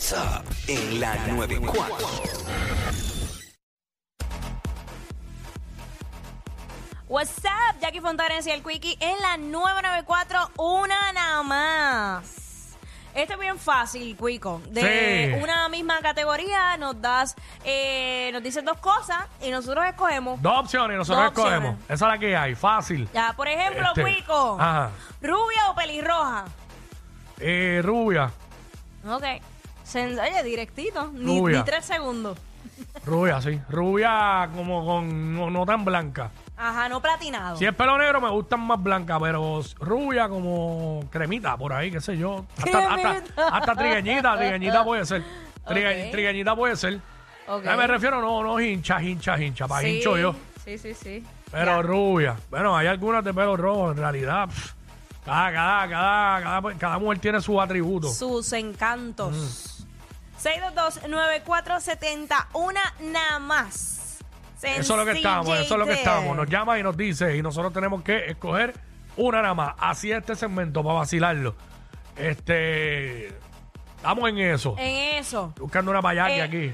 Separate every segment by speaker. Speaker 1: WhatsApp en la 94.
Speaker 2: What's up, Jackie Fontanes y el Quickie en la 994, una nada más. Esto es bien fácil, Cuico. De
Speaker 3: Sí.
Speaker 2: una misma categoría nos das, eh, nos dices dos cosas y nosotros escogemos.
Speaker 3: Dos opciones, nosotros
Speaker 2: Dos opciones.
Speaker 3: escogemos. Esa es la que hay, fácil.
Speaker 2: Ya, por ejemplo,
Speaker 3: Este,
Speaker 2: Cuico,
Speaker 3: ajá.
Speaker 2: rubia o pelirroja.
Speaker 3: Eh, rubia,
Speaker 2: Ok. Sen- Oye, directito, ni,
Speaker 3: Rubia.
Speaker 2: ni tres segundos.
Speaker 3: rubia, sí. Rubia como con no, no tan blanca.
Speaker 2: Ajá, no platinado.
Speaker 3: Si es pelo negro me gustan más blancas, pero s- rubia como cremita por ahí, qué sé yo. Hasta,
Speaker 2: Cremita.
Speaker 3: hasta, hasta trigueñita, trigueñita puede ser. Trigue-
Speaker 2: Ok.
Speaker 3: Trigueñita puede ser.
Speaker 2: Ok.
Speaker 3: A me refiero, no, no hincha, hincha, hincha, para
Speaker 2: Sí,
Speaker 3: hincho yo.
Speaker 2: Sí, sí, sí.
Speaker 3: Pero rubia. Bueno, hay algunas de pelo rojo, en realidad. pff, cada, cada, cada, cada, cada mujer tiene sus atributos.
Speaker 2: sus
Speaker 3: Mm.
Speaker 2: encantos. 622-9470, una nada más.
Speaker 3: Eso es lo que estamos, eso es lo que
Speaker 2: Sencillete.
Speaker 3: estamos. Nos llama y nos dice, y nosotros tenemos que escoger una nada más. Así es este segmento para vacilarlo. Este. Estamos en eso.
Speaker 2: En eso.
Speaker 3: Buscando una payaque
Speaker 2: Eh,
Speaker 3: aquí.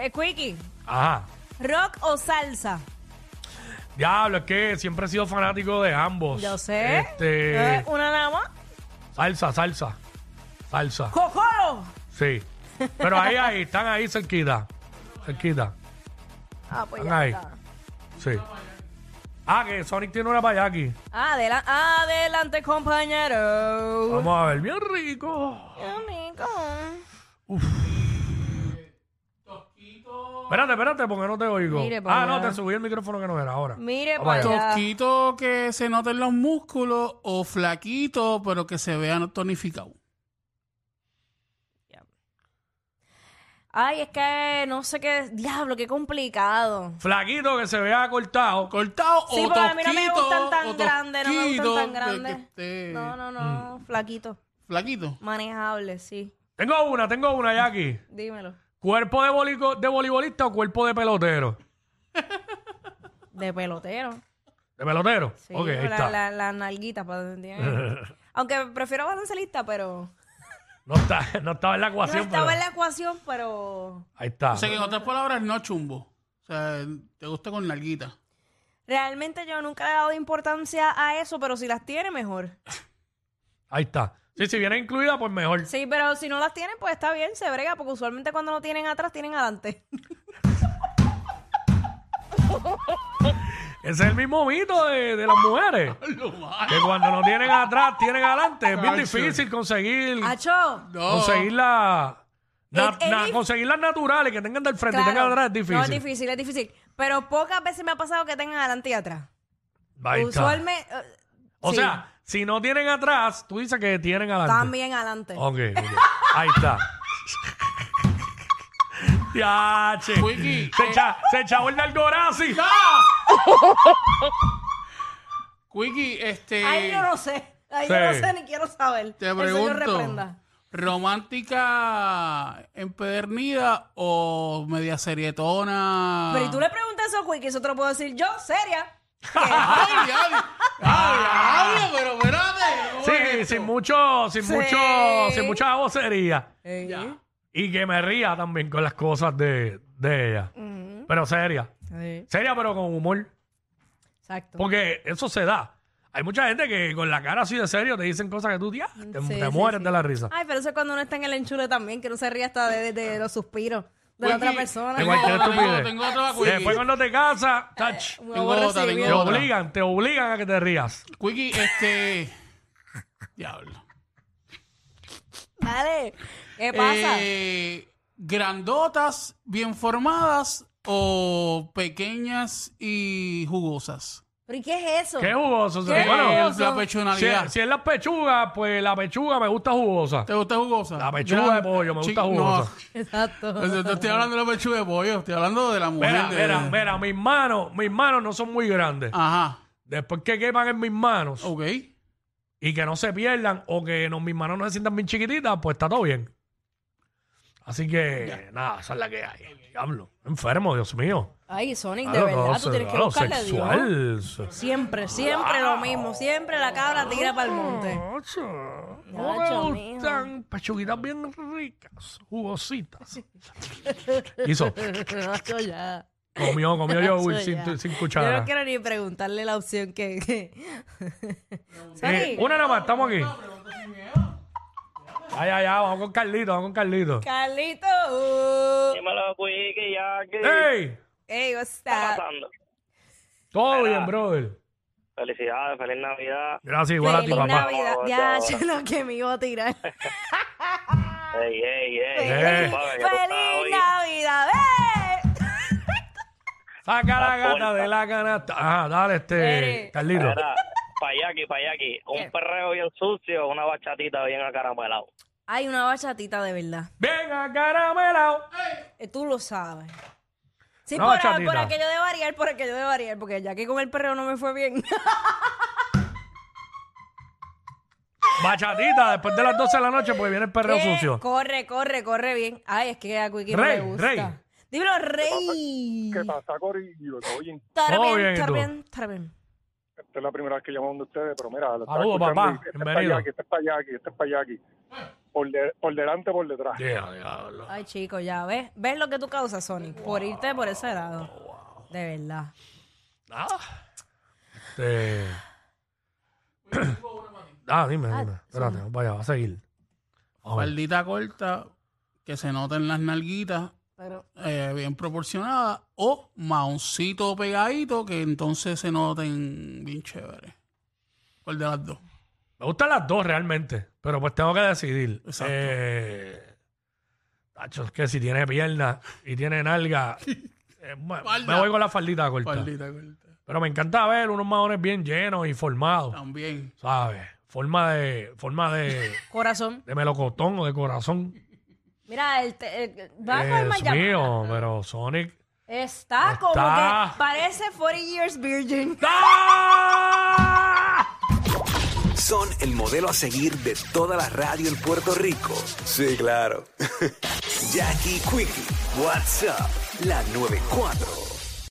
Speaker 2: eh, Quickie,
Speaker 3: Ajá.
Speaker 2: ¿rock o salsa?
Speaker 3: Diablo, es que siempre he sido fanático de ambos.
Speaker 2: Yo sé.
Speaker 3: Este.
Speaker 2: Eh, Una nada más.
Speaker 3: Salsa, salsa. Salsa.
Speaker 2: ¡Cocoro!
Speaker 3: Sí. Pero ahí, ahí, están ahí cerquita. Cerquita.
Speaker 2: Ah, pues
Speaker 3: Ay.
Speaker 2: ya está.
Speaker 3: Sí. Ah, que Sonic tiene una payaki.
Speaker 2: Adela- adelante, compañero.
Speaker 3: Vamos a ver, bien rico.
Speaker 2: Qué rico.
Speaker 3: Espérate, espérate, porque no te oigo.
Speaker 2: Mire pues para
Speaker 3: ah, no,
Speaker 2: allá.
Speaker 3: te subí el micrófono que no era ahora.
Speaker 2: Mire
Speaker 3: Vamos
Speaker 2: para
Speaker 3: allá.
Speaker 2: allá.
Speaker 4: Tosquito que se noten los músculos o flaquito, pero que se vean tonificado.
Speaker 2: Ay, es que no sé qué. Diablo, qué complicado.
Speaker 3: Flaquito que se vea cortado.
Speaker 4: Cortado
Speaker 2: Sí,
Speaker 4: o
Speaker 2: porque
Speaker 4: tosquito.
Speaker 2: a mí no me gustan
Speaker 4: o
Speaker 2: tan grandes, no me
Speaker 4: tosquito,
Speaker 2: gustan tan
Speaker 4: que-
Speaker 2: grandes.
Speaker 4: que esté
Speaker 2: No, no, no,
Speaker 3: Mm.
Speaker 2: flaquito,
Speaker 4: Flaquito.
Speaker 2: manejable, sí.
Speaker 3: Tengo una, tengo una ya aquí.
Speaker 2: Dímelo.
Speaker 3: ¿Cuerpo de, bolico- de voleibolista o cuerpo de pelotero?
Speaker 2: De pelotero.
Speaker 3: ¿De pelotero?
Speaker 2: Sí,
Speaker 3: ok, ahí
Speaker 2: la-
Speaker 3: está.
Speaker 2: la- las nalguitas para Aunque prefiero baloncelista, pero
Speaker 3: No, está. no estaba en la
Speaker 2: no
Speaker 3: ecuación.
Speaker 2: estaba
Speaker 3: pero-
Speaker 2: en la ecuación, pero
Speaker 3: Ahí está.
Speaker 4: O sea que en otras palabras, no chumbo. O sea, te gusta con larguita.
Speaker 2: realmente yo nunca le he dado importancia a eso, pero si las tiene, mejor.
Speaker 3: Ahí está. Sí, si viene incluida, pues mejor.
Speaker 2: Sí, pero si no las tienen, pues está bien, se brega, porque usualmente cuando no tienen atrás, tienen adelante.
Speaker 3: Ese es el mismo mito de, de las mujeres. que cuando no tienen atrás, tienen adelante. Es bien
Speaker 4: Cacho.
Speaker 3: difícil conseguir,
Speaker 2: ¡Acho!
Speaker 4: No.
Speaker 3: conseguir, la, na-
Speaker 2: Ah, Es- es
Speaker 3: na-
Speaker 2: dif-
Speaker 3: conseguir las naturales que tengan del frente y tengan
Speaker 2: Claro.
Speaker 3: atrás. Es difícil.
Speaker 2: No, es difícil, es difícil. Pero pocas veces me ha pasado que tengan adelante y atrás.
Speaker 3: Ahí está.
Speaker 2: Usualmente. eh,
Speaker 3: O
Speaker 2: sí,
Speaker 3: sea, si no tienen atrás, tú dices que tienen adelante.
Speaker 2: También adelante.
Speaker 3: Ok, ok. ahí está. Ya, che.
Speaker 4: Wiki,
Speaker 3: Se, echa, se echó el Nalgorazi.
Speaker 4: Quickie, este.
Speaker 2: Ahí yo no sé. Ahí
Speaker 3: Sí.
Speaker 2: yo no sé ni quiero saber.
Speaker 4: Te
Speaker 2: El señor
Speaker 4: pregunto.
Speaker 2: reprenda.
Speaker 4: ¿Romántica empedernida o media serietona?
Speaker 2: Pero y tú le preguntas eso a Quickie, eso te lo puedo decir yo, seria.
Speaker 4: ¡Ay, diablo! ¡Ay, diablo! Pero espérate. ¿cómo es
Speaker 3: Sí,
Speaker 4: esto?
Speaker 3: sin mucho, sin
Speaker 2: Sí.
Speaker 3: mucho, sin mucha vocería.
Speaker 2: Ey.
Speaker 3: Y que me ría también con las cosas de, de ella.
Speaker 2: Ujú.
Speaker 3: Pero seria.
Speaker 2: Sí,
Speaker 3: Seria, pero con humor.
Speaker 2: Exacto.
Speaker 3: Porque eso se da. Hay mucha gente que con la cara así de serio te dicen cosas que tú ya, te,
Speaker 2: Sí,
Speaker 3: te
Speaker 2: sí,
Speaker 3: mueres
Speaker 2: sí.
Speaker 3: de la risa.
Speaker 2: Ay, pero eso es cuando uno está en el enchule también, que no se ríe hasta de, de- de los suspiros de la
Speaker 4: Wiki,
Speaker 2: otra persona.
Speaker 3: De
Speaker 4: tengo
Speaker 3: cualquier
Speaker 4: otra, tengo-
Speaker 3: estupidez.
Speaker 4: Tengo otra, Quickie.
Speaker 3: Después cuando te casas,
Speaker 2: Eh,
Speaker 3: touch,
Speaker 2: Un
Speaker 4: tengo otra,
Speaker 2: aborrecido.
Speaker 3: te
Speaker 4: tengo otra.
Speaker 3: obligan, te obligan a que te rías.
Speaker 4: Quickie, este. Diablo.
Speaker 2: Dale. ¿Qué pasa?
Speaker 4: Eh, grandotas, bien formadas o pequeñas y jugosas.
Speaker 2: ¿Pero y qué es eso?
Speaker 3: ¿Qué jugoso?
Speaker 5: ¿Qué
Speaker 3: Bueno,
Speaker 4: es la
Speaker 3: si,
Speaker 4: pechonalidad.
Speaker 3: si es la pechuga, pues la pechuga me gusta jugosa.
Speaker 4: ¿Te gusta jugosa?
Speaker 3: La pechuga de pollo, me gusta
Speaker 4: Chi-
Speaker 3: jugosa.
Speaker 2: Exacto.
Speaker 4: No, yo te estoy hablando de la pechuga de pollo, estoy hablando de la mujer.
Speaker 3: Mira,
Speaker 4: de-
Speaker 3: mira, mira, mis manos, mis manos no son muy grandes.
Speaker 4: Ajá,
Speaker 3: Después que quepan en mis manos
Speaker 4: ok.
Speaker 3: y que no se pierdan o que no, mis manos no se sientan bien chiquititas, pues está todo bien. Así que, nada, esa es la que hay. Diablo, enfermo, Dios mío.
Speaker 2: Ay, Sonic, de
Speaker 3: Claro, no,
Speaker 2: verdad, tú
Speaker 3: se-
Speaker 2: tienes que
Speaker 3: claro,
Speaker 2: buscarle a Dios.
Speaker 3: sexual. se-
Speaker 2: Siempre, siempre lo mismo. Siempre la cabra tira para el monte.
Speaker 3: Nacho, no
Speaker 2: Nacho,
Speaker 3: me gustan pechuguitas bien ricas, jugositas. Hizo,
Speaker 2: Nacho, ya.
Speaker 3: comió, comió yo Will,
Speaker 2: Nacho,
Speaker 3: sin,
Speaker 2: ya.
Speaker 3: tu- sin
Speaker 2: Yo
Speaker 3: cuchara.
Speaker 2: no quiero ni preguntarle la opción que... que-
Speaker 3: Eh,
Speaker 2: Sonic,
Speaker 3: una nada más, estamos aquí. Ya, ya, ya, vamos con Carlito, vamos con Carlito.
Speaker 2: Carlito.
Speaker 6: Dímelo, Quiki, ya que está
Speaker 3: ¡Ey!
Speaker 2: uh, Hey, what's up?
Speaker 6: pasando.
Speaker 3: Todo bien, brother.
Speaker 6: Felicidades, feliz Navidad.
Speaker 3: Gracias, igual a ti,
Speaker 2: Feliz
Speaker 3: papá.
Speaker 2: Navidad. Ya, yo lo que me iba a tirar.
Speaker 6: Ey, ey, ey.
Speaker 3: Eh.
Speaker 6: Tú sabes que tú estás hoy-
Speaker 2: ¡Feliz Navidad! ¡Eh!
Speaker 3: Saca la gata
Speaker 6: puerta.
Speaker 3: de la canasta. Ajá, dale, este,
Speaker 2: Mire.
Speaker 3: Carlito.
Speaker 6: Mira, payaki, payaki. Un perreo bien sucio, una bachatita bien acaramelado.
Speaker 2: Hay una bachatita de verdad.
Speaker 3: Bien acaramelado.
Speaker 2: Eh, Tú lo sabes. Sí,
Speaker 3: Una
Speaker 2: por,
Speaker 3: bachatita.
Speaker 2: por aquello de variar, por aquello de variar, porque ya que con el perreo no me fue bien.
Speaker 3: Bachatita, después de las 12 de la noche, pues viene el perreo
Speaker 2: Eh,
Speaker 3: sucio.
Speaker 2: Corre, corre, corre bien. Ay, es que a Quickie no
Speaker 3: Rey,
Speaker 2: le gusta.
Speaker 3: Rey.
Speaker 2: Dímelo, Rey.
Speaker 7: ¿Qué pasa, Corillo? Todo bien.
Speaker 2: Estar
Speaker 3: Todo
Speaker 2: bien,
Speaker 3: bien, ¿y
Speaker 2: estar
Speaker 3: tú?
Speaker 2: bien, estar bien.
Speaker 7: Esta es la primera vez que llamamos de ustedes, pero mira, lo
Speaker 3: Saludos, papá. Bienvenido.
Speaker 7: Bienvenido. Este es Payaki, este es Payaki, este es Payaki. Por, de- por delante, por detrás.
Speaker 3: Yeah, diablo.
Speaker 2: Ay, chico, ya ves. ¿Ves lo que tú causas, Sonic? Por irte por ese lado. De verdad.
Speaker 4: Ah.
Speaker 3: Este... ah, dime, dime. Espérate, vaya, va a seguir. A ver.
Speaker 4: Faldita corta, que se noten las nalguitas,
Speaker 2: Pero,
Speaker 4: eh, bien proporcionada, o maoncito pegadito, que entonces se noten bien chévere. ¿Cuál de las dos?
Speaker 3: Me gustan las dos realmente, pero pues tengo que decidir.
Speaker 4: Exacto.
Speaker 3: Eh, tacho, es que si tiene pierna y tiene nalga, eh, me,
Speaker 4: Falda.
Speaker 3: me voy con la faldita corta.
Speaker 4: Faldita corta.
Speaker 3: Pero me encanta ver unos maones bien llenos y formados,
Speaker 4: También.
Speaker 3: ¿sabes? Forma de forma de,
Speaker 2: corazón.
Speaker 3: de melocotón o de corazón.
Speaker 2: Mira, el. te- el- va con el mal
Speaker 3: Es
Speaker 2: llamado.
Speaker 3: mío, pero Sonic...
Speaker 2: Está, como
Speaker 3: Está.
Speaker 2: que parece 40 Years Virgin.
Speaker 3: ¡Ah!
Speaker 1: Son el modelo a seguir de toda la radio en Puerto Rico. Sí, claro. Jackie Quickie, WhatsApp, la 94.